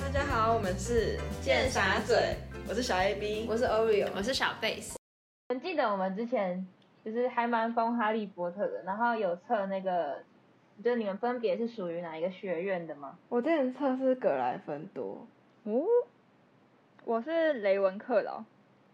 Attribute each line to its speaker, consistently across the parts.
Speaker 1: 大家好，我们是
Speaker 2: 贱傻嘴，
Speaker 1: 我是小 A B，
Speaker 2: 我是 Oreo，
Speaker 3: 我是小贝斯，
Speaker 4: 我记得我们之前就是还蛮疯哈利波特的，然后有测那个，就是你们分别是属于哪一个学院的吗？
Speaker 2: 我之前测试格莱芬多，
Speaker 5: 哦，我是雷文克劳，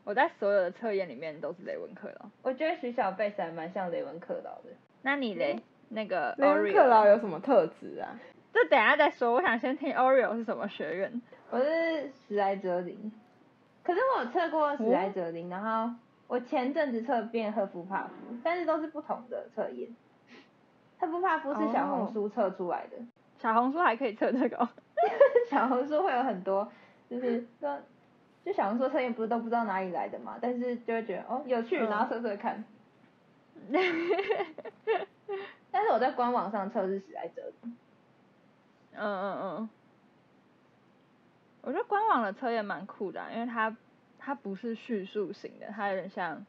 Speaker 5: 我在所有的测验里面都是雷文克劳。
Speaker 4: 我觉得徐小贝斯还蛮像雷文克劳的。
Speaker 5: 那你嘞？那个
Speaker 2: 雷文克
Speaker 5: 呃 Oreo
Speaker 2: 劳有什么特质啊？
Speaker 5: 这等一下再说，我想先听 Oreo 是什么学院。
Speaker 4: 我是史莱哲林，可是我有测过史莱哲
Speaker 5: 哦
Speaker 4: 林，然后我前阵子测遍赫夫帕夫，但是都是不同的测验。赫夫帕夫是小红书测出来的，
Speaker 5: 小红书还可以测这个、哦，
Speaker 4: 小红书会有很多，就是说，就小红书测验不是都不知道哪里来的嘛，但是就会觉得哦有趣，然后测测 看。但是我在官网上测是史莱哲林，
Speaker 5: 嗯嗯嗯。我觉得官网的测验蛮酷的啊、因为它它不是叙述型的，它有点像，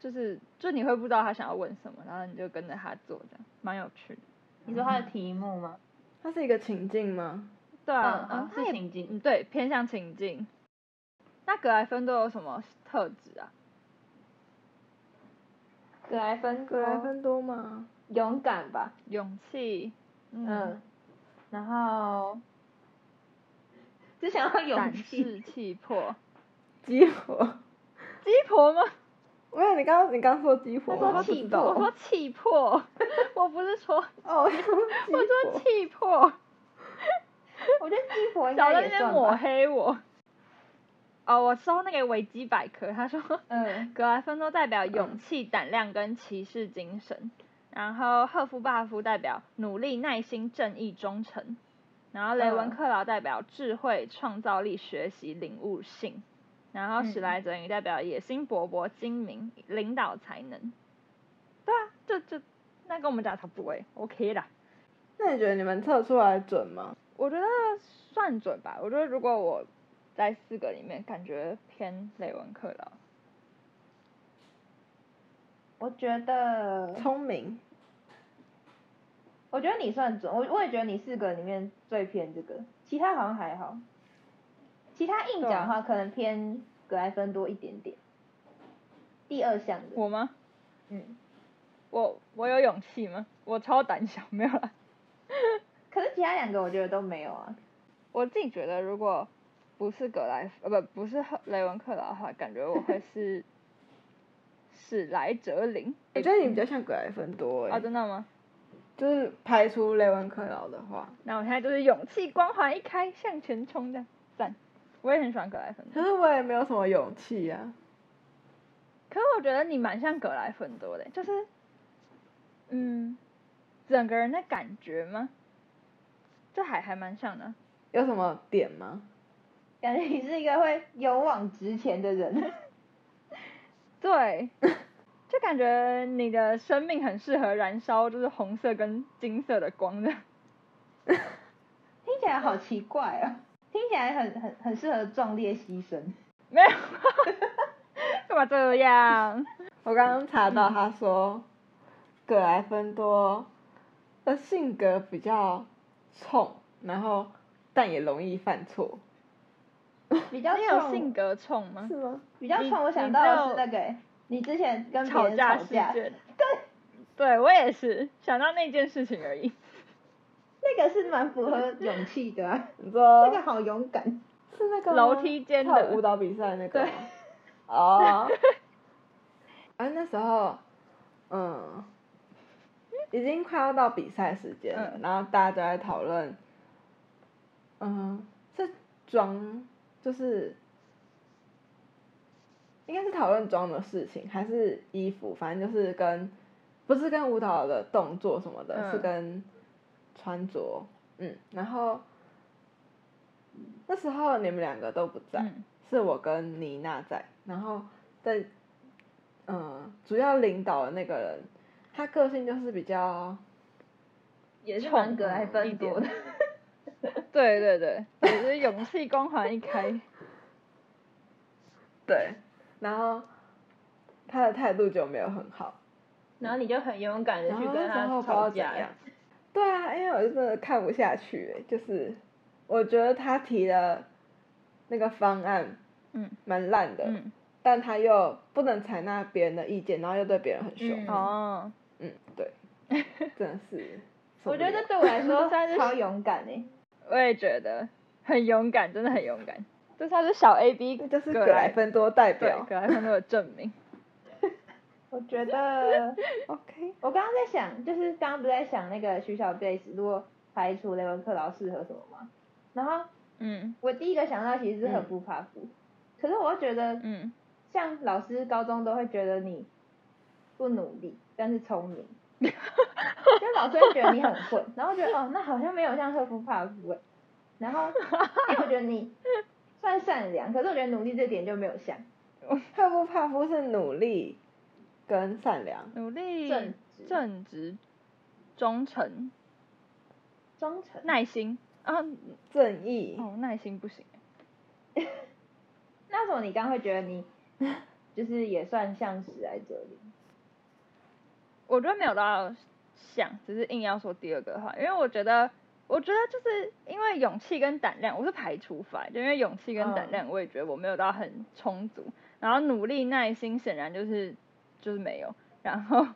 Speaker 5: 就是就你会不知道他想要问什么，然后你就跟着他做，这样蛮有趣的。
Speaker 4: 你说它的题目吗？
Speaker 2: 它是一个情境吗？
Speaker 5: 对啊，
Speaker 4: 嗯
Speaker 5: 嗯
Speaker 4: 嗯，
Speaker 5: 它
Speaker 4: 是
Speaker 5: 也
Speaker 4: 情境。
Speaker 5: 嗯，对，偏向情境。那格莱芬多有什么特质啊？
Speaker 4: 格莱芬
Speaker 2: 格莱
Speaker 4: 多
Speaker 2: 芬多吗？
Speaker 4: 勇敢吧，
Speaker 5: 勇气，
Speaker 4: 嗯，，然后只想要勇
Speaker 5: 胆
Speaker 4: 气，
Speaker 5: 识、气魄，
Speaker 2: 激活？
Speaker 5: 鸡婆吗？
Speaker 2: 没有，你刚刚你刚说激活
Speaker 4: 他说
Speaker 2: 吗？
Speaker 4: 气
Speaker 5: 我说
Speaker 4: 魄，
Speaker 5: 气 魄，我不是说，
Speaker 2: 哦，我
Speaker 5: 我说气魄，
Speaker 4: 我觉得鸡婆应
Speaker 5: 小在
Speaker 4: 该
Speaker 5: 那
Speaker 4: 也
Speaker 5: 边
Speaker 4: 算
Speaker 5: 抹
Speaker 4: 吧。
Speaker 5: 黑我。哦，我搜那个维基百科，他说
Speaker 4: 嗯，
Speaker 5: 格莱芬多代表勇气、胆量跟骑士精神，然后赫夫巴夫代表努力、耐心、正义、忠诚，然后雷文
Speaker 4: 嗯
Speaker 5: 克劳代表智慧、创造力、学习、领悟性，然后史
Speaker 4: 嗯
Speaker 5: 莱哲林代表野心勃勃、精明、领导才能。对啊，这这那跟我们讲差不多欸，OK 的。
Speaker 2: 那你觉得你们测出来准吗？
Speaker 5: 我觉得算准吧。我觉得如果我在四个里面，感觉偏雷文克劳。
Speaker 4: 我觉得，
Speaker 2: 聪明，
Speaker 4: 我觉得你算准，我我也觉得你四个里面最偏这个，其他好像还好。其他硬讲的
Speaker 5: 啊
Speaker 4: 话，可能偏格莱芬多一点点。第二项的，
Speaker 5: 我吗？
Speaker 4: 嗯，
Speaker 5: 我我有勇气吗？我超胆小，没有啦。
Speaker 4: 可是其他两个我觉得都没有啊。
Speaker 5: 我自己觉得，如果不是格莱呃不不是赫雷文克劳的话，感觉我会 是史莱哲林。
Speaker 2: 我觉得你比较像格莱芬多
Speaker 5: 啊，
Speaker 2: 哎，
Speaker 5: 真的吗？
Speaker 2: 就是排除雷文克劳的话，
Speaker 5: 那我现在就是勇气光环一开，向前冲的赞。我也很喜欢格莱芬
Speaker 2: 可
Speaker 5: 多，
Speaker 2: 是我也没有什么勇气啊。
Speaker 5: 可是我觉得你蛮像格莱芬多的，就是嗯，整个人的感觉吗？这还还蛮像的。
Speaker 2: 有什么点吗？
Speaker 4: 感觉你是一个会勇往直前 的人，
Speaker 5: 对，就感觉你的生命很适合燃烧，就是红色跟金色的光的。
Speaker 4: 听起来好奇怪啊、听起来很很很适合壮烈牺牲。
Speaker 5: 没有， 干嘛这样？
Speaker 2: 我刚刚查到，他说葛莱芬多的性格比较冲，然后但也容易犯错，
Speaker 4: 比较
Speaker 5: 你有
Speaker 4: 冲
Speaker 5: 性格冲吗？
Speaker 2: 吗？
Speaker 4: 比较
Speaker 5: 你
Speaker 4: 冲，我想到的是那个欸、你之前跟别人
Speaker 5: 吵架事
Speaker 4: 架
Speaker 5: 件。对我也是想到那件事情而已。
Speaker 4: 那个是蛮符合勇气的、啊，
Speaker 5: 哦
Speaker 2: 你
Speaker 4: 那
Speaker 2: 说
Speaker 4: 个好勇敢。
Speaker 2: 是那个吗
Speaker 5: 楼梯间的
Speaker 2: 跳舞蹈比赛那个吗
Speaker 5: 对？
Speaker 2: 哦，啊，那时候，嗯，已经快要到比赛时间了，
Speaker 5: 嗯
Speaker 2: 然后大家都在讨论，嗯，是妆，就是应该是讨论妆的事情，还是衣服，反正就是跟不是跟舞蹈的动作什么的，
Speaker 5: 嗯
Speaker 2: 是跟穿着，嗯，然后那时候你们两个都不在，
Speaker 5: 嗯
Speaker 2: 是我跟妮娜在，然后在，嗯，主要领导的那个人，他个性就是比较，
Speaker 4: 也是
Speaker 5: 冲
Speaker 4: 蛮格莱芬多的，
Speaker 5: 对对对，我觉得勇气光环一开，
Speaker 2: 对，然后他的态度就没有很好，
Speaker 4: 然后你就很勇敢的
Speaker 2: 哦然
Speaker 4: 去
Speaker 2: 后
Speaker 4: 跟
Speaker 2: 那时候不
Speaker 4: 他
Speaker 2: 知道
Speaker 4: 吵
Speaker 2: 怎
Speaker 4: 架
Speaker 2: 样，，对啊，因为我就真的看不下去、欸，就是我觉得他提的那个方案
Speaker 5: 嗯
Speaker 2: 蛮烂的，
Speaker 5: 嗯
Speaker 2: 但他又不能采纳别人的意见，然后又对别人很凶。
Speaker 1: 嗯
Speaker 5: 哦，
Speaker 2: 嗯， 对，真的是。
Speaker 4: 我觉得这对我来说
Speaker 5: 算是
Speaker 4: 超勇敢哎、
Speaker 5: 我也觉得很勇敢，真的很勇敢。这算是小 A B，
Speaker 2: 这就是
Speaker 5: 葛
Speaker 2: 葛莱芬多代
Speaker 5: 对
Speaker 2: 表。
Speaker 5: 葛莱芬多的证明。
Speaker 4: 我觉得
Speaker 2: OK，
Speaker 4: 我刚刚在想，就是刚刚不是在想那个徐小贝斯如果排除雷文克劳适合什么吗？然后
Speaker 5: 嗯
Speaker 4: 我第一个想到其实是很不怕夫，可是我又觉得
Speaker 5: 嗯
Speaker 4: 像老师高中都会觉得你不努力，但是聪 明，就老师会觉得你很混，然后觉得哦，那好像没有像赫夫帕夫欸，然后因为我觉得你算善良，可是我觉得努力这点就没有像
Speaker 2: 帕夫帕夫是努力跟善良，
Speaker 5: 努力、
Speaker 4: 正直
Speaker 5: 正直、忠诚、
Speaker 4: 忠诚。
Speaker 5: 耐心啊，
Speaker 2: 正义。
Speaker 5: 哦，耐心不行。
Speaker 4: 那为什么你刚刚会觉得你就是也算像史莱哲林？
Speaker 5: 我觉得没有到想，只是硬要说第二个的话，因为我觉得，我觉得就是因为勇气跟胆量，我是排除法，就因为勇气跟胆
Speaker 4: 嗯
Speaker 5: 量，我也觉得我没有到很充足，然后努力耐心显然就是就是没有，然后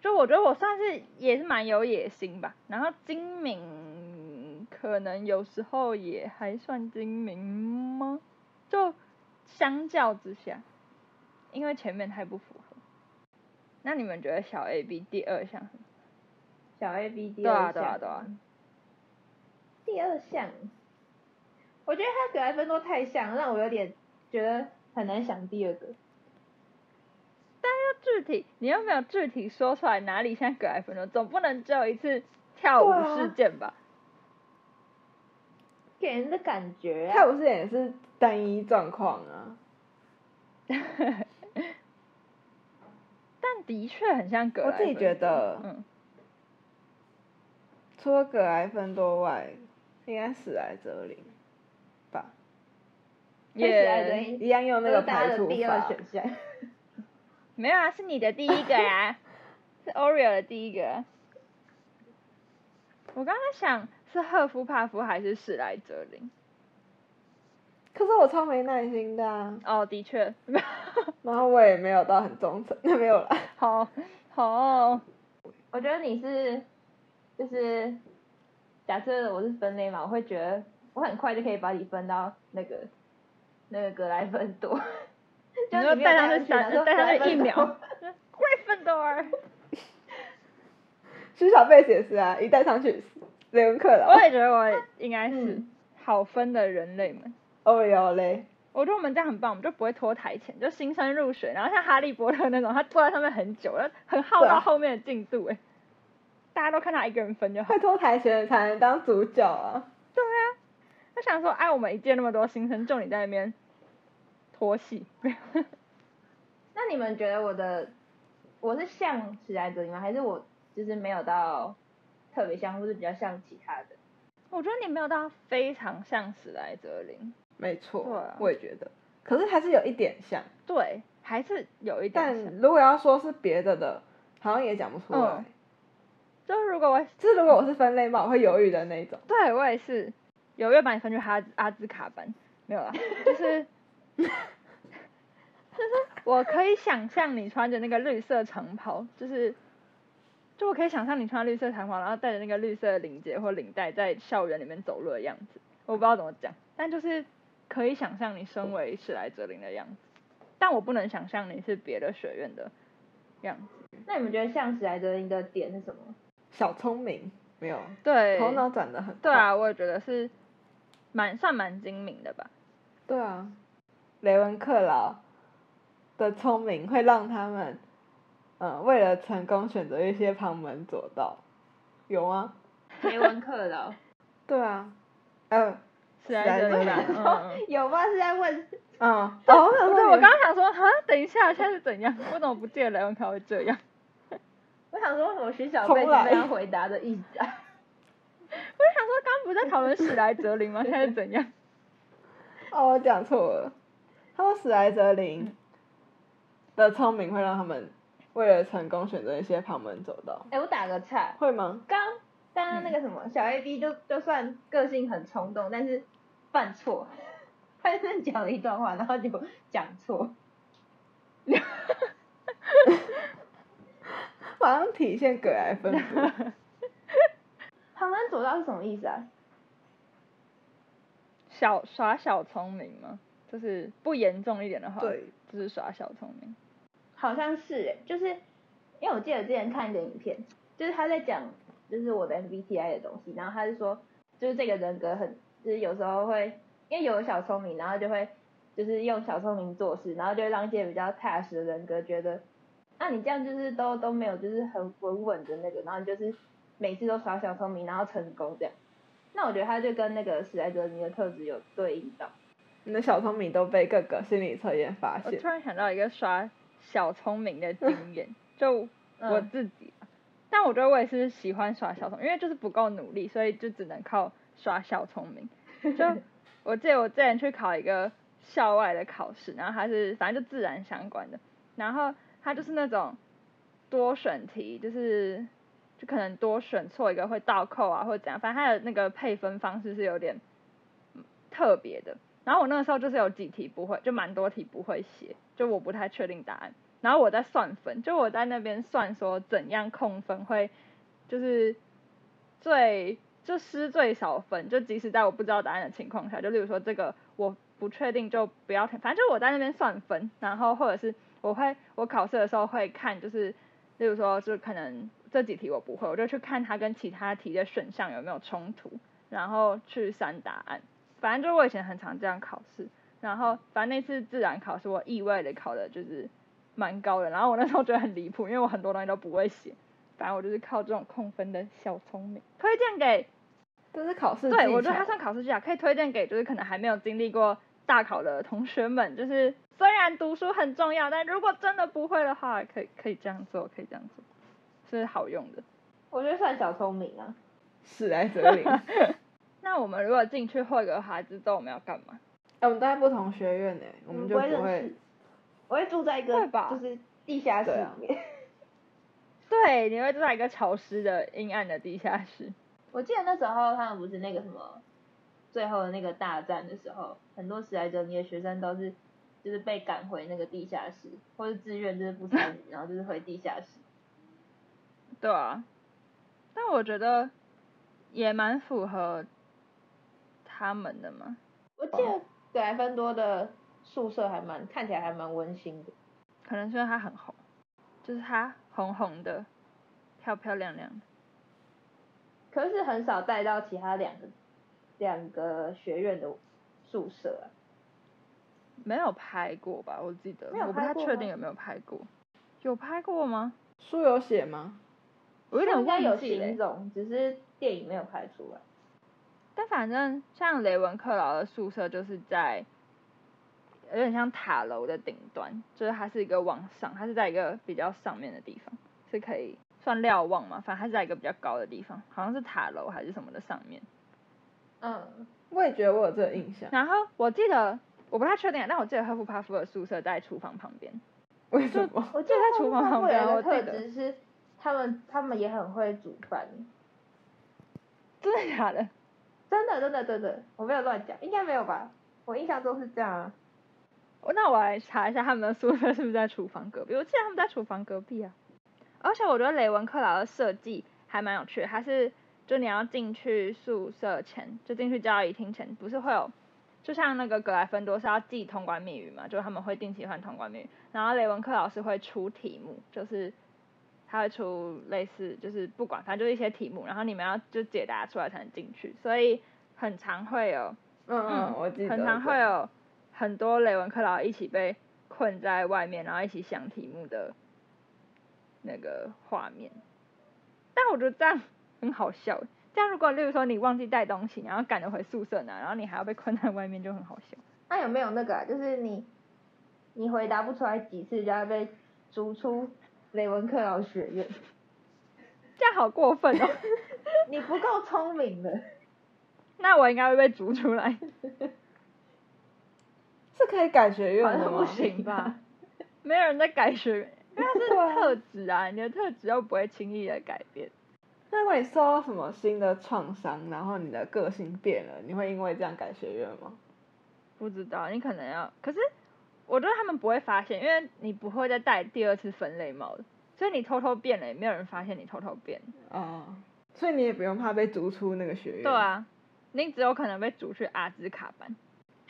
Speaker 5: 就我觉得我算是也是蛮有野心吧，然后精明可能有时候也还算精明吗？就相较之下，因为前面太不符合。那你们觉得小 A B 第二项是什么？
Speaker 4: 小 A B 第
Speaker 5: 对啊
Speaker 4: 二项，
Speaker 5: 对啊对啊，
Speaker 4: 第二项，我觉得他格莱芬多太像，让我有点觉得很难想第二个。
Speaker 5: 具体你又没有具体说出来哪里像格莱芬多，总不能只有一次跳
Speaker 2: 对啊
Speaker 5: 舞事件吧？
Speaker 4: 给人的感觉啊，
Speaker 2: 泰晤士也是单一状况啊。
Speaker 5: 但的确很像格
Speaker 2: 我
Speaker 5: 莱芬多。
Speaker 2: 自己觉得
Speaker 5: 嗯，
Speaker 2: 除了葛莱芬多外，应该史莱哲林吧，
Speaker 4: 看起来
Speaker 5: 也
Speaker 4: 人
Speaker 2: 一样用那个
Speaker 4: 大
Speaker 2: 排
Speaker 4: 家的
Speaker 2: 除
Speaker 4: 第二
Speaker 2: 法。
Speaker 4: 选项。
Speaker 5: 没有啊，是你的第一个啊，是 Oreo 的第一个啊。我刚才想是赫夫帕夫还是史莱哲林？
Speaker 2: 可是我超没耐心的啊，
Speaker 5: 哦，的确，
Speaker 2: 然后我也没有到很忠诚，那没有啦。
Speaker 5: 好好，
Speaker 4: 我觉得你是，就是假设我是分类嘛，我会觉得我很快就可以把你分到那个那个格莱芬多， 就
Speaker 5: 你
Speaker 4: 是
Speaker 5: 说
Speaker 4: 你没有
Speaker 5: 带上
Speaker 4: 上
Speaker 5: 这
Speaker 4: 去
Speaker 5: 三，
Speaker 4: 然后
Speaker 5: 带上
Speaker 4: 格莱
Speaker 5: 这一
Speaker 4: 芬
Speaker 5: 秒，
Speaker 4: 多
Speaker 5: 格莱芬多儿。
Speaker 2: 徐小贝也是啊，一带上去雷文克劳
Speaker 5: 我，也觉得我应该是
Speaker 4: 嗯
Speaker 5: 好分的人类们。
Speaker 2: 哦哟嘞，
Speaker 5: 我觉得我们这样很棒，我们就不会拖台前，就新生入学，然后像哈利波特那种，他坐在上面很久，然后很耗
Speaker 2: 对啊
Speaker 5: 到后面的进度哎、大家都看他一个人分就好
Speaker 2: 会。拖台前的才能当主角啊。
Speaker 5: 他想说，哎，我们一届那么多新生，就你在那边拖戏，
Speaker 4: 那你们觉得我的我是像史莱哲林吗？还是我就是没有到特别像，或是比较像其他的？
Speaker 5: 我觉得你没有到非常像史莱哲林，
Speaker 2: 没错，
Speaker 5: 对啊
Speaker 2: 我也觉得。可是还是有一点像，
Speaker 5: 对，还是有一点像。
Speaker 2: 但如果要说是别的的，好像也讲不出来。
Speaker 5: 嗯就是如果我
Speaker 2: 就是如果我是分类嘛，我会犹豫的那一种。
Speaker 5: 对我也是，有月把你分去哈阿兹卡班，没有啦，就是， 就是我可以想象你穿着那个绿色长袍，就是，就我可以想象你穿绿色长袍，然后带着那个绿色的领结或领带在校园里面走路的样子，我不知道怎么讲，但就是可以想象你身为史莱哲林的样子，但我不能想象你是别的学院的样子，
Speaker 4: 那你们觉得像史莱哲林的点是什么？
Speaker 2: 小聪明没有，
Speaker 5: 对，
Speaker 2: 头脑转的很快。
Speaker 5: 对，啊，我也觉得是蛮算蛮精明的吧。
Speaker 2: 对啊。雷文克劳的聪明会让他们，嗯、为了成功选择一些旁门左道，有吗？
Speaker 4: 雷文克劳
Speaker 2: 对啊，呃，
Speaker 5: 是啊，对对对，
Speaker 2: 史莱哲林
Speaker 5: 嗯嗯。
Speaker 4: 有吗？是在问
Speaker 2: 嗯，哦，我想说你
Speaker 5: 对，我
Speaker 2: 们
Speaker 5: 刚刚想说，哈，等一下，现在是怎样？ 我怎么不记得雷文凯会这样？
Speaker 4: 我想说，为什么徐小贝是
Speaker 2: 重来
Speaker 4: 这样回答的意思啊？
Speaker 5: 我就想说，刚刚不是在讨论史莱哲林吗？现在是怎样？
Speaker 2: 哦，我讲错了。他说史莱哲
Speaker 5: 嗯
Speaker 2: 林的聪明会让他们为了成功选择一些旁门左道，
Speaker 4: 哎、我打个岔，
Speaker 2: 会吗？
Speaker 4: 刚但那个什么小 A B 就就算个性很冲动，但是犯错， 他就是讲了一段话，然后就讲错，
Speaker 2: 马上体现葛莱分组，
Speaker 4: 旁门左道是什么意思啊？
Speaker 5: 小耍小聪明吗？就是不严重一点的话，
Speaker 2: 对，
Speaker 5: 就是耍小聪明。
Speaker 4: 好像是欸，就是因为我记得之前看一个影片，就是他在讲就是我的 MBTI 的东西，然后他是说就是这个人格很就是有时候会因为有小聪明，然后就会就是用小聪明做事，然后就会让一些比较踏实的人格觉得，那、你这样就是都都没有就是很稳稳的那个，然后你就是每次都耍小聪明，然后成功这样。那我觉得他就跟那个史莱哲尼的特质有对应到，
Speaker 2: 你的小聪明都被各个心理测验发
Speaker 5: 我
Speaker 2: 现
Speaker 5: 突。然想到一个耍小聪明的经 验，就我
Speaker 4: 嗯
Speaker 5: 自己啊、但我觉得我也是喜欢耍小聪明，因为就是不够努力，所以就只能靠耍小聪明。 就我记得我之前去考一个校外的考试，然后它是反正就自然相关的，然后它就是那种多选题，就是就可能多选错一个会倒扣啊，或者怎样，反正它的那个配分方式是有点嗯特别的。然后我那个时候就是有几题不会，就蛮多题不会写，就我不太确定答案。然后我在算分，就我在那边算说怎样控分会，就是最就失最少分，就即使在我不知道答案的情况下，就例如说这个我不确定就不要填，反正就我在那边算分，然后或者是我会我考试的时候会看，就是例如说就可能这几题我不会，我就去看它跟其他题的选项有没有冲突，然后去删答案。反正就我以前很常这样考试，然后反正那次自然考试我意外的考的就是蛮高的，然后我那时候觉得很离谱，因为我很多东西都不会写，反正我就是靠这种控分的小聪明，推荐给
Speaker 2: 这是考试技巧。
Speaker 5: 对我觉得它算考试技巧，可以推荐给就是可能还没有经历过大考的同学们，就是虽然读书很重要，但如果真的不会的话，可以可以这样做，可以这样做，是好用的。
Speaker 4: 我觉得算小聪明啊。
Speaker 2: 史莱哲 林。哎、
Speaker 5: 那我们如果进去霍格华兹之后，我们要干嘛？
Speaker 2: 我们都在不同学院呢、我们就
Speaker 4: 不
Speaker 2: 不
Speaker 4: 认
Speaker 2: 会
Speaker 4: 识，我会住在一
Speaker 5: 会
Speaker 4: 个
Speaker 5: 吧
Speaker 4: 就是地下室
Speaker 2: 对啊
Speaker 4: 里面。
Speaker 5: 对，你会住在一个潮湿的、阴暗的地下室。
Speaker 4: 我记得那时候他们不是那个什么，最后的那个大战的时候，很多史莱哲尼的学生都是就是被赶回那个地下室，或是自愿就是不参 与，然后就是回地下室。
Speaker 5: 对啊，但我觉得也蛮符合他们的嘛。
Speaker 4: 我
Speaker 5: 哦
Speaker 4: 记得格莱芬多的宿舍还蛮看起来还蛮温馨的，
Speaker 5: 可能是因为它很红，就是它红红的，漂漂亮亮的。
Speaker 4: 可是很少带到其他两个两个学院的宿舍、啊。
Speaker 5: 没有拍过吧？我记得，
Speaker 4: 没有
Speaker 5: 我不
Speaker 4: 拍
Speaker 5: 太
Speaker 4: 过
Speaker 5: 确
Speaker 4: 吗
Speaker 5: 定有没有拍过。有拍过吗？
Speaker 2: 书有写吗？
Speaker 5: 我有
Speaker 4: 他
Speaker 5: 点
Speaker 4: 们应该
Speaker 5: 忘
Speaker 4: 有
Speaker 5: 记了欸、
Speaker 4: 形容，只是电影没有拍出来。
Speaker 5: 但反正像雷文克劳的宿舍就是在有点像塔楼的顶端，就是它是一个往上，它是在一个比较上面的地方，是可以算瞭望嘛？反正它是在一个比较高的地方，好像是塔楼还是什么的上面。
Speaker 4: 嗯，
Speaker 2: 我也觉得我有这个印象。
Speaker 5: 然后我记得我不太确定啊，但我记得赫夫帕夫的宿舍在厨房旁边。
Speaker 2: 为什么？
Speaker 4: 我
Speaker 5: 记得在厨房旁边啊
Speaker 4: 有
Speaker 5: 我
Speaker 4: 一个特
Speaker 5: 记得
Speaker 4: 质是他们他们也很会煮饭，
Speaker 5: 真的假的？
Speaker 4: 真的真的真的，我没有乱讲，应该没有吧？我印象中是这样啊。
Speaker 5: 我那我来查一下他们的宿舍是不是在厨房隔壁。我记得他们在厨房隔壁啊。而且我觉得雷文克劳的设计还蛮有趣的，它是就你要进去宿舍前，就进去交易厅前，不是会有，就像那个格莱芬多是要记通关密语嘛，就他们会定期换通关密语，然后雷文克老师会出题目，就是他会出类似就是不管反正就是一些题目，然后你们要就解答出来才能进去，所以很常会有
Speaker 2: 嗯嗯，我记得。
Speaker 5: 很常会。有很多雷文克劳一起被困在外面，然后一起想题目的那个画面。但我觉得这样很好笑欸。这样如果例如说你忘记带东西，然后赶着回宿舍拿，然后你还要被困在外面，就很好笑。
Speaker 4: 那、有没有那个、啊，就是你你回答不出来几次，就要被逐出雷文克劳 学院？
Speaker 5: 这样好过分 哦。
Speaker 4: 你不够聪明了。
Speaker 5: 那我应该会被逐出来。
Speaker 2: 是可以改学院
Speaker 5: 好
Speaker 2: 的
Speaker 5: 像
Speaker 2: 吗？
Speaker 5: 不行吧？没啊有人在改学，因为它是特质啊，你的特质又不会轻易的改变。
Speaker 2: 那如果你受到什么新的创伤，然后你的个性变了，你会因为这样改学院吗？
Speaker 5: 不知道，你可能要，可是我觉得他们不会发现，因为你不会再戴第二次分类帽的，所以你偷偷变了，也没有人发现你偷偷变。
Speaker 2: 哦、所以你也不用怕被逐出那个学院。
Speaker 5: 对，啊，你只有可能被逐去阿兹卡 班。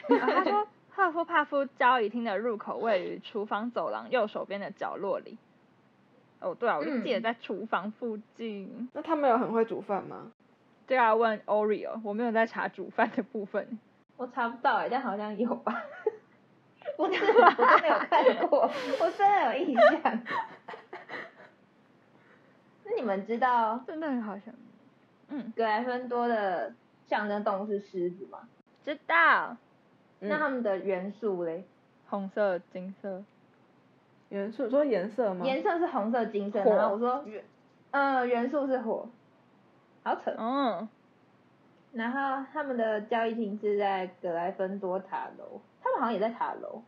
Speaker 5: 然后他说，赫夫帕夫交易厅的入口位于厨房走廊右手边的角落里。哦，对啊，我就记得
Speaker 4: 嗯
Speaker 5: 在厨房附近。
Speaker 2: 那他们有很会煮饭吗？
Speaker 5: 这个要问 Oreo，我没有在查煮饭的部分。
Speaker 4: 我查不到哎、但好像有 吧。我真的我真的有看过，我真的有印象。那你们知道
Speaker 5: 真的很好笑。嗯，
Speaker 4: 格莱芬多的象征动物是狮子吗？
Speaker 5: 知道。嗯
Speaker 4: 那他们的元素嘞？
Speaker 5: 红色、金色，
Speaker 2: 元素说颜色吗？
Speaker 4: 颜色是红色、金色，
Speaker 5: 火
Speaker 4: 然后我说，呃，元素是火，好扯。
Speaker 5: 嗯，
Speaker 4: 然后他们的交易厅是在格莱芬多塔楼，他们好像也在塔楼。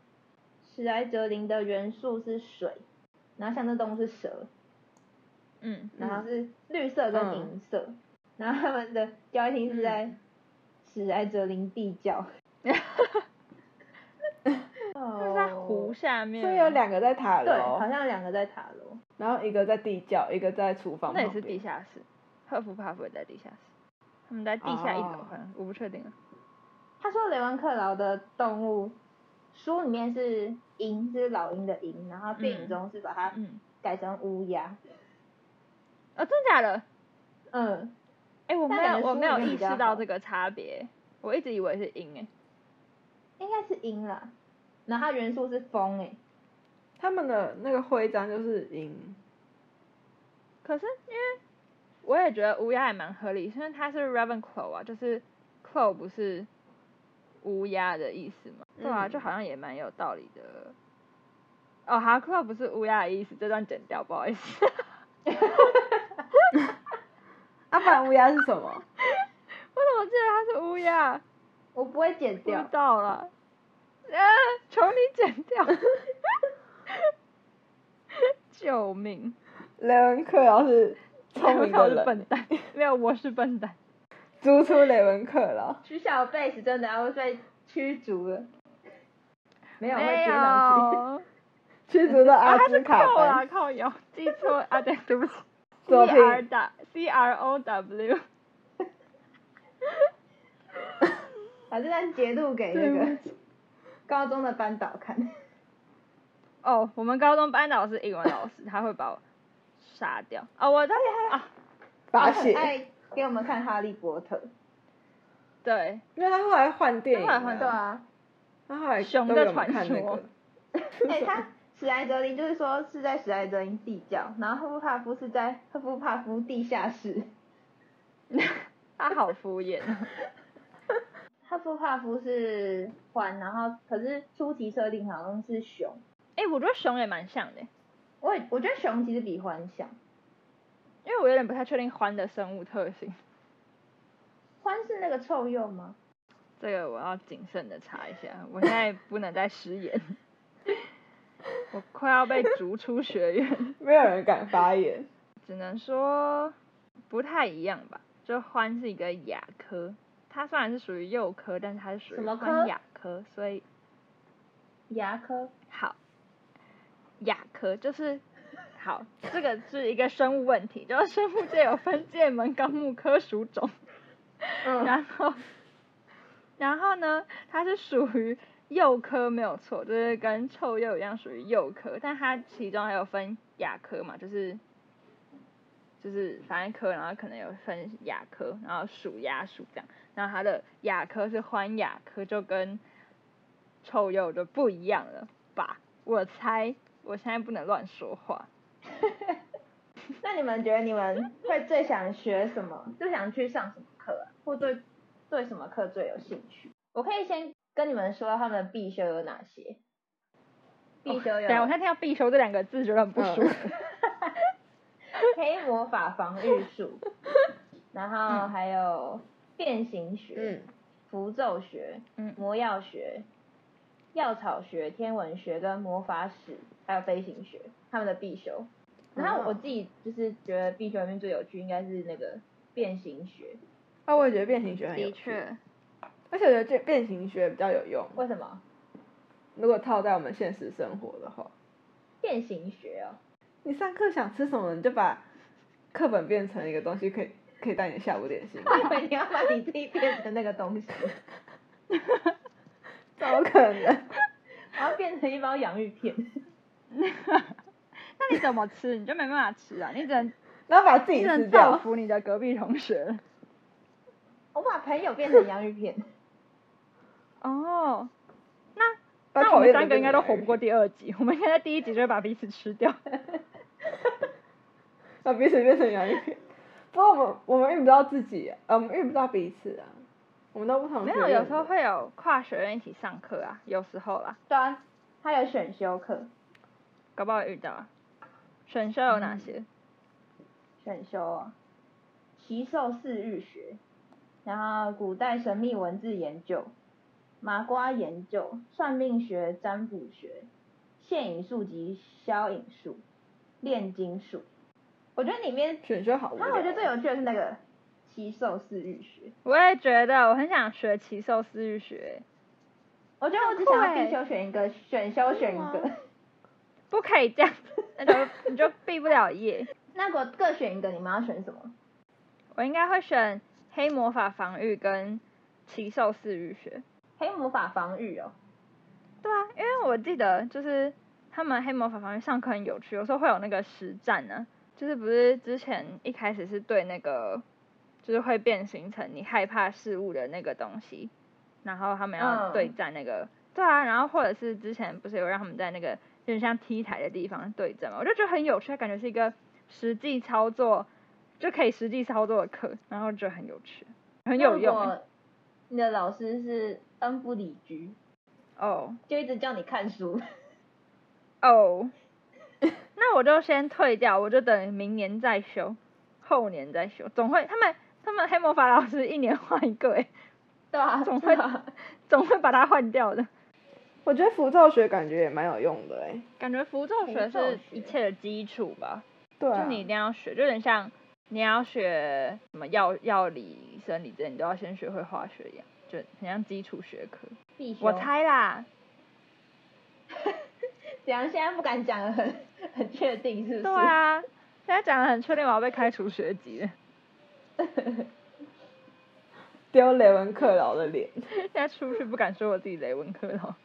Speaker 4: 史莱哲林的元素是水，然后象征动物是蛇，
Speaker 5: 嗯，
Speaker 4: 然后是绿色跟银色。然后他们的交易厅是在
Speaker 5: 嗯
Speaker 4: 史莱哲林地 窖。
Speaker 5: 那
Speaker 4: 哦
Speaker 5: 是在湖下面，啊
Speaker 2: 所以有，两个在塔
Speaker 4: 对，好
Speaker 2: 楼，
Speaker 4: 像两个在塔楼。
Speaker 2: 然后一个在地窖，一个在厨房
Speaker 5: 那
Speaker 2: 旁
Speaker 5: 也
Speaker 2: 边。
Speaker 5: 是地下室，赫夫帕夫也在地下室，他们在地下一楼，好像我不确定了。啊
Speaker 4: 他说雷文克劳的动物书里面是鹰，是老鹰的鹰，然后电影中是把它
Speaker 5: 嗯，
Speaker 4: 改成乌鸦。
Speaker 5: 哦，真假的？
Speaker 4: 嗯，
Speaker 5: 哎，我
Speaker 4: 但
Speaker 5: 没有，
Speaker 4: 感觉
Speaker 5: 我
Speaker 4: 书
Speaker 5: 没有
Speaker 4: 里面
Speaker 5: 意
Speaker 4: 比较
Speaker 5: 识到
Speaker 4: 好
Speaker 5: 这个差别，我一直以为是鹰哎。
Speaker 4: 应该是鹰啦。然后它元素是风欸诶、
Speaker 2: 他们的那个徽章就是银，
Speaker 5: 可是因为我也觉得乌鸦也蛮合理，因为它是 Ravenclaw 啊，就是 claw 不是乌鸦的意思嘛？对啊，
Speaker 2: 嗯
Speaker 5: 就好像也蛮有道理的。哦，好，claw 不是乌鸦的意思，这段剪掉，不好意思。
Speaker 2: 啊，不然乌鸦是什么？
Speaker 5: 我怎么记得它是乌鸦？
Speaker 4: 我不会剪
Speaker 5: 不知
Speaker 4: 掉。
Speaker 5: 道了。 啊！求你剪掉！ 救命！
Speaker 2: 雷文克劳是聪
Speaker 5: 我
Speaker 2: 明的
Speaker 5: 是笨
Speaker 2: 人，
Speaker 5: 蛋，没有，我是笨蛋。
Speaker 2: 逐出雷文克劳。
Speaker 4: 取小贝是真的要被驱逐了。没有，会
Speaker 5: 没
Speaker 4: 接
Speaker 5: 有。
Speaker 4: 上去。
Speaker 2: 驱逐到
Speaker 5: 啊，
Speaker 2: 阿
Speaker 5: 他
Speaker 2: 兹
Speaker 5: 是
Speaker 2: 卡
Speaker 5: 扣啦，
Speaker 2: 班，
Speaker 5: 扣有记错啊，对，对不起。C
Speaker 2: 作品
Speaker 5: R W C R O W，
Speaker 4: 把这段截录给那个高中的班导看。
Speaker 5: 哦，我们高中班导是英文老师，他会把我杀掉。哦，我当时啊，
Speaker 2: 发
Speaker 4: 他很
Speaker 2: 泄，
Speaker 4: 爱给我们看《哈利波特
Speaker 5: 对，
Speaker 2: 因为他后来换电影
Speaker 5: 他后来》。换
Speaker 4: 对
Speaker 5: 电
Speaker 2: 了，
Speaker 4: 啊，
Speaker 2: 他后来
Speaker 5: 熊
Speaker 2: 都
Speaker 5: 的
Speaker 2: 给我们
Speaker 5: 传
Speaker 2: 看那
Speaker 5: 说
Speaker 2: 个。
Speaker 4: 哎、他史莱哲林就是说是在史莱哲林地窖，然后赫夫帕夫是在赫夫帕夫地下室。
Speaker 5: 他好敷 衍哦。
Speaker 4: 赫夫帕夫是獾，然后可是初级设定好像是熊。
Speaker 5: 哎，我觉得熊也蛮像的，
Speaker 4: 我也我觉得熊其实比獾像，
Speaker 5: 因为我有点不太确定獾的生物特性，
Speaker 4: 獾是那个臭鼬吗？
Speaker 5: 这个我要谨慎的查一下，我现在不能再失言， 我快要被逐出学院。
Speaker 2: 没有人敢发言。
Speaker 5: 只能说不太一样吧。就獾是一个亚科，它虽然是属于幼科，但是它是属于
Speaker 4: 什么科
Speaker 5: 獾亚科，所以
Speaker 4: 牙科
Speaker 5: 好，亚科就是好，这个是一个生物问题， 就是生物界有分界门纲目科属种，然后然后呢，它是属于幼科没有错，就是跟臭鼬一样属于幼科，但它其中还有分亚科嘛，就是就是反正科，然后可能有分亚科，然后属亚属这样，然后它的亚科是欢亚科，就跟臭鼬就不一样了吧？我猜，我现在不能乱说话。
Speaker 4: 那你们觉得你们会最想学什么？最想去上什么课、啊，或对对什么课最有兴趣？我可以先跟你们说他们必修有哪些。必修有
Speaker 5: 对，啊我现在听到必修这两个字觉得很不舒服。
Speaker 4: 黑魔法防御术，然后还有变形学、
Speaker 2: 嗯，
Speaker 4: 符咒学、
Speaker 5: 嗯
Speaker 4: 魔药学、药草学、天文学跟魔法史，还有飞行学，他们的必修。然后
Speaker 2: 嗯
Speaker 4: 我自己就是觉得必修里面最有趣应该是那个变形学，
Speaker 2: 啊，我也觉得变形学很有
Speaker 5: 的
Speaker 2: 趣，
Speaker 5: 确，
Speaker 2: 而且我觉得这变形学比较有用。
Speaker 4: 为什么？
Speaker 2: 如果套在我们现实生活的话，
Speaker 4: 变形学哦，
Speaker 2: 你上课想吃什么，你就把课本变成一个东西，可以可以当你的下午点 心，
Speaker 4: 我以为你要把你自己变成那个东西，
Speaker 2: 怎么可能？
Speaker 4: 然后变成一包洋芋片，
Speaker 5: 那你怎么吃？你就没办法吃啊， 你只能
Speaker 2: 然后把自
Speaker 5: 你
Speaker 2: 己
Speaker 5: 只
Speaker 2: 吃
Speaker 5: 能造
Speaker 2: 掉，
Speaker 5: 福你的隔壁同学。
Speaker 4: 我把朋友变成洋芋片，
Speaker 5: 哦，那
Speaker 2: 把
Speaker 5: 那
Speaker 2: 讨
Speaker 5: 我们
Speaker 2: 厌的
Speaker 5: 三个
Speaker 2: 变
Speaker 5: 应该
Speaker 2: 成
Speaker 5: 都活不过第二集，我们应该在第一集就会把彼此吃掉。
Speaker 2: 把彼此变成洋芋片。不过我们我们遇不到自己、呃，我们遇不到彼此啊，我们都不同
Speaker 5: 没
Speaker 2: 学
Speaker 5: 有，
Speaker 2: 院
Speaker 5: 有时候
Speaker 2: 的
Speaker 5: 会有跨学院一起上课啊，有时候啦，
Speaker 4: 对啊，他有选修课，
Speaker 5: 搞不好会遇到啊。选修有哪些？
Speaker 4: 选修啊，奇兽四日学，然后古代神秘文字研究，麻瓜研究，算命学、占卜学，现影术及消影术，炼金术。我觉得里面，
Speaker 2: 选修好无
Speaker 4: 然
Speaker 2: 聊。
Speaker 4: 后我觉得最有趣的是那个奇兽四日学。
Speaker 5: 我也觉得，我很想学奇兽私域学，
Speaker 4: 我觉得我只想要必修选一个，
Speaker 5: 欸
Speaker 4: 选修选一
Speaker 2: 真的
Speaker 4: 个
Speaker 2: 吗。
Speaker 5: 不可以这样，那就你就毕不了业。
Speaker 4: 那我各选一个，你们要选什么？
Speaker 5: 我应该会选黑魔法防御跟奇兽私域学。
Speaker 4: 黑魔法防御哦，
Speaker 5: 对啊，因为我记得就是他们黑魔法防御上课很有趣，有时候会有那个实战呢、就是不是之前一开始是对那个就是会变形成你害怕事物的那个东西，然后他们要
Speaker 4: 嗯
Speaker 5: 对战那个，对啊，然后或者是之前不是有让他们在那个有点像 T 台的地方对战嘛，我就觉得很有趣，它感觉是一个实际操作就可以实际操作的课，然后觉得很有趣，很有用欸、
Speaker 4: 如果你的老师是恩不理居，
Speaker 5: 哦
Speaker 4: 就一直叫你看书。
Speaker 5: 哦，那我就先退掉，我就等明年再修，后年再修，总会他们他们黑魔法老师一年换一个、 欸，
Speaker 4: 对啊，
Speaker 5: 总
Speaker 4: 对
Speaker 5: 会
Speaker 4: 啊
Speaker 5: 总会把它换掉的。
Speaker 2: 我觉得符咒学感觉也蛮有用的哎、
Speaker 5: 感觉符咒学
Speaker 4: 符咒
Speaker 5: 是
Speaker 4: 学
Speaker 5: 一切的基础吧，
Speaker 2: 对啊，
Speaker 5: 就你一定要学，就有点像你要学什么药药理、生理这些，你都要先学会化学一样，就很像基础学科。
Speaker 4: 必修。
Speaker 5: 我猜啦，
Speaker 4: 怎样？现在不敢讲得很很确定，是不是？
Speaker 5: 对啊，现在讲的很确定，我要被开除学籍了，
Speaker 2: 丢雷文克劳的脸，
Speaker 5: 现在出去不敢说我自己雷文科了。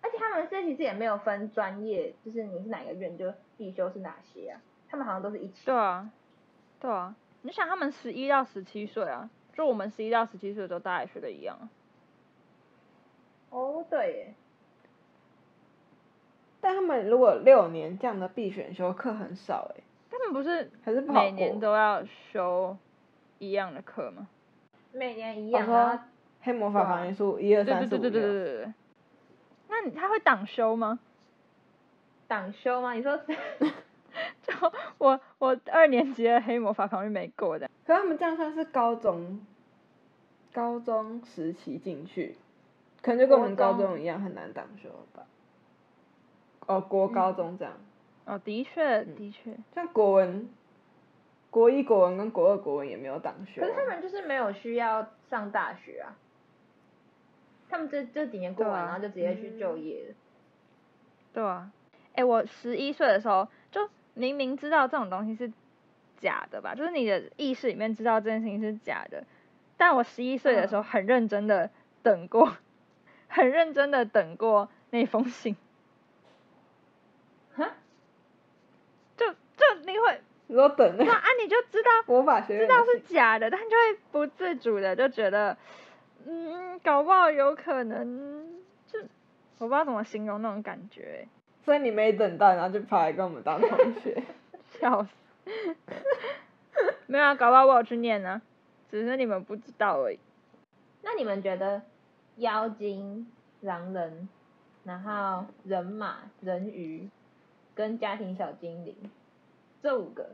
Speaker 4: 而且他们这其实也没有分专业，就是你是哪个院就必修是哪些啊？他们好像都是一起。
Speaker 5: 对啊，对啊，你想他们十一到十七岁啊，就我们十一到十七岁的时候，大家也学的一样啊。
Speaker 4: 哦，对耶，
Speaker 2: 但他们如果六年这样的必选修课很少哎、
Speaker 5: 他们不是
Speaker 2: 还是不好
Speaker 5: 每年
Speaker 2: 过。
Speaker 5: 都要修一样的课吗？
Speaker 4: 每年一
Speaker 2: 我
Speaker 4: 样。然
Speaker 2: 说
Speaker 4: 后
Speaker 2: 黑魔法
Speaker 4: 对啊
Speaker 2: 防御术一二
Speaker 5: 对
Speaker 2: 三
Speaker 5: 对
Speaker 2: 四
Speaker 5: 对
Speaker 2: 五
Speaker 5: 对对对
Speaker 2: 六，
Speaker 5: 对对。那你他会挡修吗？
Speaker 4: 党修吗？你说
Speaker 5: 就我我二年级的黑魔法防御没过的，
Speaker 2: 可他们这样算是高中，高中时期进去，可能就跟我们
Speaker 4: 国
Speaker 2: 高
Speaker 4: 中
Speaker 2: 中一样很难挡修吧。哦，国高中这样，
Speaker 5: 哦，的确的确，
Speaker 2: 像国文，国一国文跟国二国文也没有挡修
Speaker 4: 可
Speaker 2: 啊，
Speaker 4: 是他们就是没有需要上大学啊，他们这这几年过
Speaker 5: 对
Speaker 4: 完，
Speaker 5: 啊
Speaker 4: 然后就直接去就业了。
Speaker 5: 对啊。哎，我十一岁的时候就明明知道这种东西是假的吧，就是你的意识里面知道这件事情是假的，但我十一岁的时候很认真的等过， 很认真的等过那封信，
Speaker 4: 哈，
Speaker 5: 就就你会
Speaker 2: 你说等那
Speaker 5: 那
Speaker 2: 个
Speaker 5: 啊你就知道
Speaker 2: 魔法学
Speaker 5: 知
Speaker 2: 院的
Speaker 5: 道是
Speaker 2: 信
Speaker 5: 假的，但就会不自主的就觉得，嗯，搞不好有可能就我不知道怎么形容那种感觉、欸
Speaker 2: 所以你没等到，然后就跑来跟我们当同 学。
Speaker 5: 欸，笑死。没有啊，搞不好我有去念呢、只是你们不知道而已。
Speaker 4: 那你们觉得妖精、狼人，然后人马、人鱼跟家庭小精灵这五个，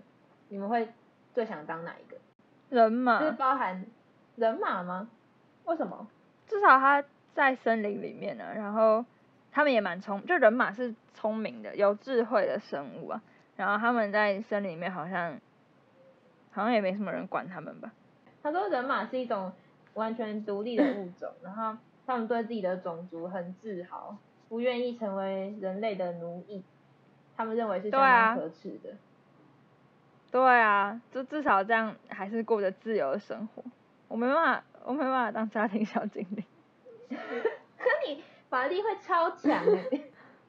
Speaker 4: 你们会最想当哪一个？
Speaker 5: 人
Speaker 4: 就是
Speaker 5: 嘛，
Speaker 4: 包含人马吗？为什么？
Speaker 5: 至少他在森林里面呢、然后他们也蛮聪，就人马是聪明的，有智慧的生物啊。然后他们在森林里面好像好像也没什么人管他们吧。
Speaker 4: 他说人马是一种完全独立的物种，然后他们对自己的种族很自豪，不愿意成为人类的奴役，他们认为是
Speaker 5: 对
Speaker 4: 相
Speaker 5: 啊
Speaker 4: 当可耻的。
Speaker 5: 对啊，就至少这样还是过着自由的生活。我没办法，我没办法当家庭小精灵。
Speaker 4: 可你法力会超强哎、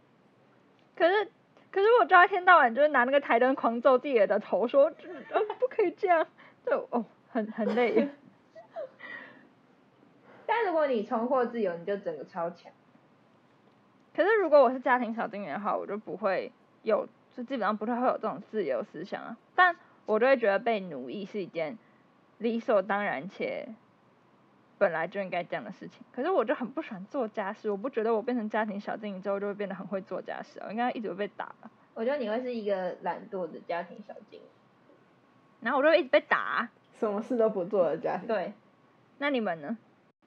Speaker 5: 可是，可是我就要一天到晚就是拿那个台灯狂揍自己的头，说，呃，不可以这样，就哦，很很累耶。
Speaker 4: 但如果你重获自由，你就整个超强。
Speaker 5: 可是如果我是家庭小精灵的话，我就不会有，就基本上不太会有这种自由思想啊。但我就会觉得被奴役是一件理所当然且本来就应该这样的事情。可是我就很不喜欢做家事，我不觉得我变成家庭小精灵之后就会变得很会做家事啊，我应该一直会被打吧。
Speaker 4: 我觉得你会是一个懒惰的家庭小精灵。
Speaker 5: 然后我就会一直被打啊、
Speaker 2: 什么事都不做的家庭。
Speaker 4: 对，
Speaker 5: 那你们呢？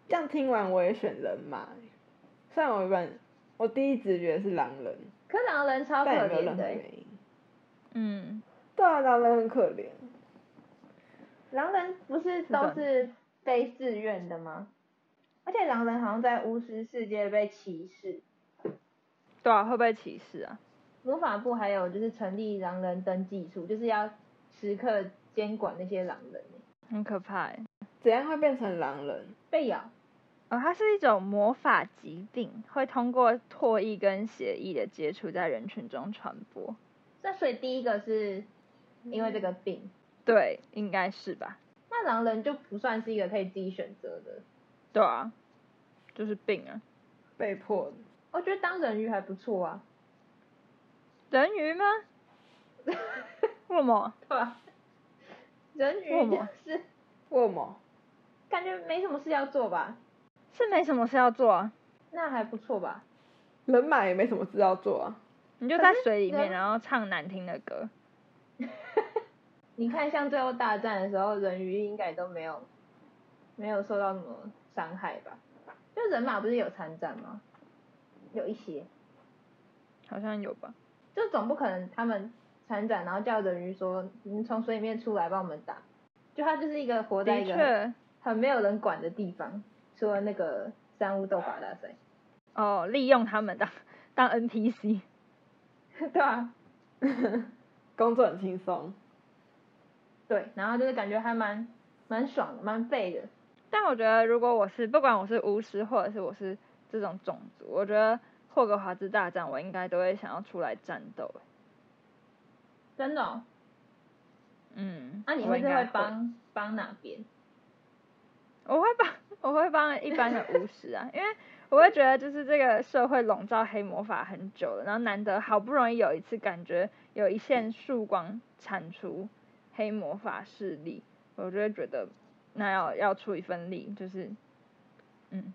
Speaker 2: 这样听完我也选人马欸，虽然我本我第一直觉是狼人，
Speaker 4: 可狼人超可
Speaker 2: 但也没有
Speaker 4: 怜
Speaker 2: 任何
Speaker 4: 的、欸，
Speaker 2: 原因。
Speaker 5: 嗯，
Speaker 2: 对啊，狼人很可怜，
Speaker 4: 狼人不是
Speaker 5: 这
Speaker 4: 都
Speaker 5: 样
Speaker 4: 是非自愿的吗？而且狼人好像在巫师世界被歧视，
Speaker 5: 对啊，会不会歧视啊？
Speaker 4: 魔法部还有就是成立狼人登记处，就是要时刻监管那些狼人欸、
Speaker 5: 很可怕哎、
Speaker 2: 怎样会变成狼人？
Speaker 4: 被咬，
Speaker 5: 哦，它是一种魔法疾病，会通过唾液跟血液的接触在人群中传播。
Speaker 4: 那所以第一个是因为这个病，
Speaker 5: 对，应该是吧？
Speaker 4: 那狼人就不算是一个可以自己选择的。
Speaker 5: 对啊，就是病啊。
Speaker 2: 被迫的。
Speaker 4: 我觉得当人鱼还不错 啊，
Speaker 5: 人鱼吗？为什么？
Speaker 4: 对吧？人鱼
Speaker 5: 为什么
Speaker 4: 就是
Speaker 2: 为什么？
Speaker 4: 感觉没什么事要做吧，
Speaker 5: 是没什么事要做啊，
Speaker 4: 那还不错吧。
Speaker 2: 人马也没什么事要做啊。
Speaker 5: 你就
Speaker 4: 可
Speaker 5: 在
Speaker 4: 是
Speaker 5: 水里面，
Speaker 4: 人
Speaker 5: 然后唱难听的歌。
Speaker 4: 你看，像最后大战的时候，人鱼应该都没有没有受到什么伤害吧？就人马不是有参战吗？有一些，
Speaker 5: 好像有吧？
Speaker 4: 就总不可能他们参战，然后叫人鱼说：“你从水里面出来帮我们打。”就他就是一个活在
Speaker 5: 的
Speaker 4: 一个
Speaker 5: 确，
Speaker 4: 很没有人管的地方，除了那个三巫斗法大赛，
Speaker 5: 哦，利用他们当当 NPC，
Speaker 4: 对啊，
Speaker 2: 工作很轻松，
Speaker 4: 对，然后就是感觉还蛮蛮爽的，蛮废的。
Speaker 5: 但我觉得，如果我是不管我是巫师，或者是我是这种种族，我觉得霍格华兹大战我应该都会想要出来战斗。欸
Speaker 4: 真的、哦，啊
Speaker 5: 嗯，
Speaker 4: 那、你
Speaker 5: 我
Speaker 4: 会
Speaker 5: 应
Speaker 4: 是
Speaker 5: 该
Speaker 4: 会
Speaker 5: 会？
Speaker 4: 帮帮哪边？
Speaker 5: 我会帮，我会帮一 般的巫师啊，因为我会觉得就是这个社会笼罩黑魔法很久了，然后难得好不容易有一次感觉有一线曙光铲除黑魔法势力，我就会觉得那要要出一份力，就是嗯，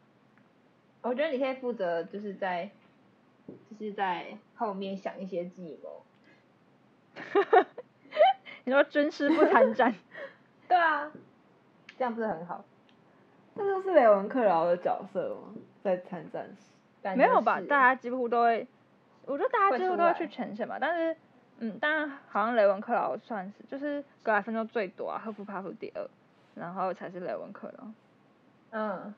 Speaker 4: 我觉得你可以负责，就是在，就是在后面想一些计谋。
Speaker 5: 你说军师不参战。
Speaker 4: 对啊，这样不是很好？
Speaker 2: 那就是雷文克劳的角色吗？在参战时，
Speaker 4: 感觉
Speaker 5: 没有吧？
Speaker 4: 是
Speaker 5: 大家几乎都会，我觉得大家
Speaker 4: 会
Speaker 5: 几乎
Speaker 4: 出
Speaker 5: 都会
Speaker 4: 来
Speaker 5: 去前线吧。但是，嗯，当然好像雷文克劳算是，就是格莱芬多最多啊，赫夫帕夫第二，然后才是雷文克劳。
Speaker 4: 嗯，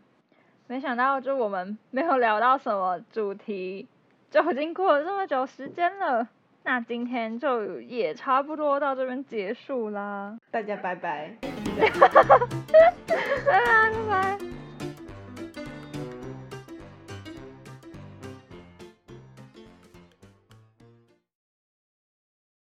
Speaker 5: 没想到，就我们 没有聊到什么主题，就已经过了这么久时间了。那今天就也差不多到这边结束啦，
Speaker 2: 大家拜拜。
Speaker 5: 拜拜。